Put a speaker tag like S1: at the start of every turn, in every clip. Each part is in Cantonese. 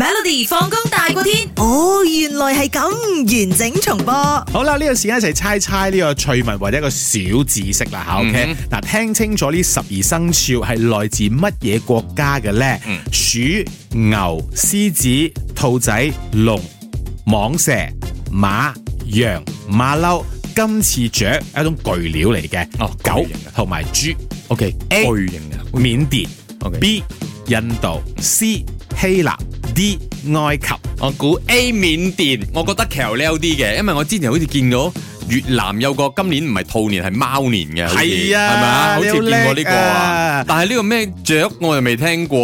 S1: Melody 放工大過天，哦，原來係咁，完整重播。
S2: 好啦，呢、個時間一齊猜猜呢個趣聞或者一個小知識啦吓，OK？
S3: 嗯
S2: 嗱、聽清楚呢十二生肖係來自乜嘢國家嘅咧？
S3: 嗯
S2: 鼠、牛、獅子、兔仔、龍、蟒蛇、馬、羊、馬騮、金翅雀，係一種巨鳥嚟嘅。
S3: 哦
S2: 狗
S3: 巨型嘅
S2: 同埋豬。OK，A
S3: 巨型嘅
S2: 緬甸
S3: OK
S2: B 印度，C 希臘，D 埃及。
S3: 我估 A 緬甸，我覺得 c a l 啲嘅，因為我之前好似見到越南有個今年唔係兔年係貓年嘅，好似
S2: 係啊
S3: 係咪啊？好似
S2: 你好
S3: 見過呢個
S2: 叻
S3: 啊
S2: 啊，
S3: 但係呢個咩雀我又未聽過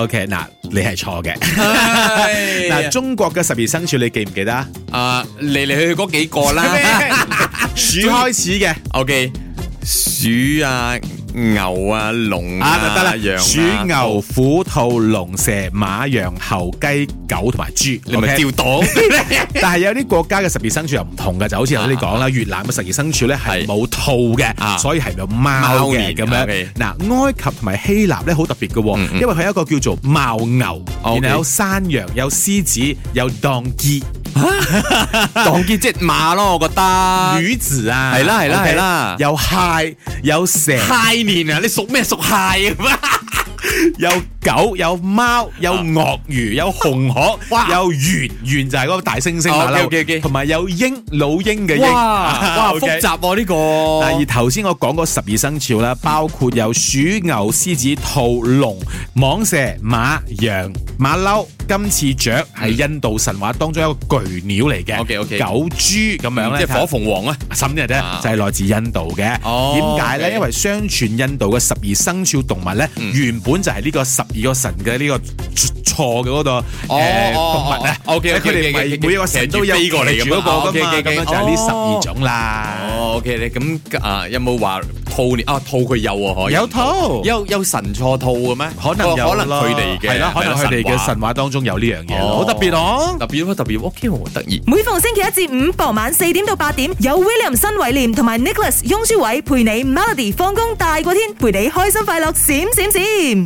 S3: 喎。
S2: OK，嗱，你係錯嘅。嗱，
S3: 嗱
S2: 中國嘅十二生肖你記唔記得啊？
S3: 啊嚟嚟去去嗰幾個 啦。
S2: 鼠開始嘅
S3: OK，鼠啊、牛啊、龍
S2: 啊就得啦，
S3: 羊啊
S2: 鼠、牛、虎、兔、龍、蛇、馬、羊、猴、雞、狗同埋豬，
S3: 你咪
S2: OK？
S3: 調檔。
S2: 但係有啲國家嘅十二生肖又唔同嘅，就好似頭先你講啦，越南嘅十二生肖咧係
S3: 係
S2: 冇兔
S3: 啊
S2: 嘅，所以係有貓
S3: 貓
S2: 嘅
S3: 年
S2: 咁樣
S3: OK。
S2: 嗱，埃及同埋希臘咧好特別嘅
S3: 嗯
S2: 喎，
S3: 嗯
S2: 因為佢有一個叫做犛牛，
S3: OK
S2: 然後有山羊、有獅子、有當結、
S3: 當結即係馬咯，我覺得。
S2: 魚子啊，
S3: 係啦係啦
S2: OK？
S3: 係啦
S2: 有蟹、有蛇、
S3: 蟹年啊！你屬咩？屬蟹啊！
S2: 有狗、有貓、有鱷魚、有 紅鶴、
S3: 哇
S2: 有猿，猿就係嗰個大猩猩
S3: 哦
S2: 馬騮，
S3: ，OK，OK，OK
S2: 同埋有鷹，老鷹嘅鷹。啊
S3: 哇哇
S2: OK
S3: 複雜喎哦呢
S2: 嗱，而
S3: 個。
S2: 頭先我講嗰十二生肖啦，包括有鼠、牛、獅子、兔、龍、蟒蛇、馬、羊、馬騮、金翅雀，係印度神話當中一個巨鳥嚟嘅。
S3: 嗯 OK，OK
S2: 九豬咁樣咧，
S3: 即係火鳳凰啊！
S2: 甚至咧
S3: 啊
S2: 就係來自印度嘅。
S3: 哦
S2: 點解咧？
S3: OK 嗯
S2: 因為相傳印度嘅十二生肖動物咧，原本就係呢個十二個神嘅呢個錯嘅嗰個
S3: 哦
S2: 誒動
S3: 哦
S2: 物咧。
S3: 哦，OK，OK，
S2: 佢哋
S3: OK，OK，
S2: 咪
S3: OK，
S2: 每一個神都有
S3: 騎住飛過嚟
S2: 騎住嗰個㗎嘛，咁樣啊
S3: 咁樣
S2: 就係呢十二種啦。
S3: 哦，OK，你咁啊，有冇話兔年啊？兔佢有啊，可以
S2: 有兔
S3: 有有神錯兔嘅咩？
S2: 可能有
S3: 可能
S2: 啦
S3: 佢哋嘅
S2: 係啦，可能佢哋嘅神話當中有呢樣嘢咯，
S3: 哦
S2: 好特別哦。
S3: 特別咯，特別 OK，好得意。
S1: 每逢星期一至五傍晚四點到八點，有 William 新偉廉同埋 Nicholas 雍舒偉陪你 Melody 放工大過天，陪你開心快樂閃閃閃。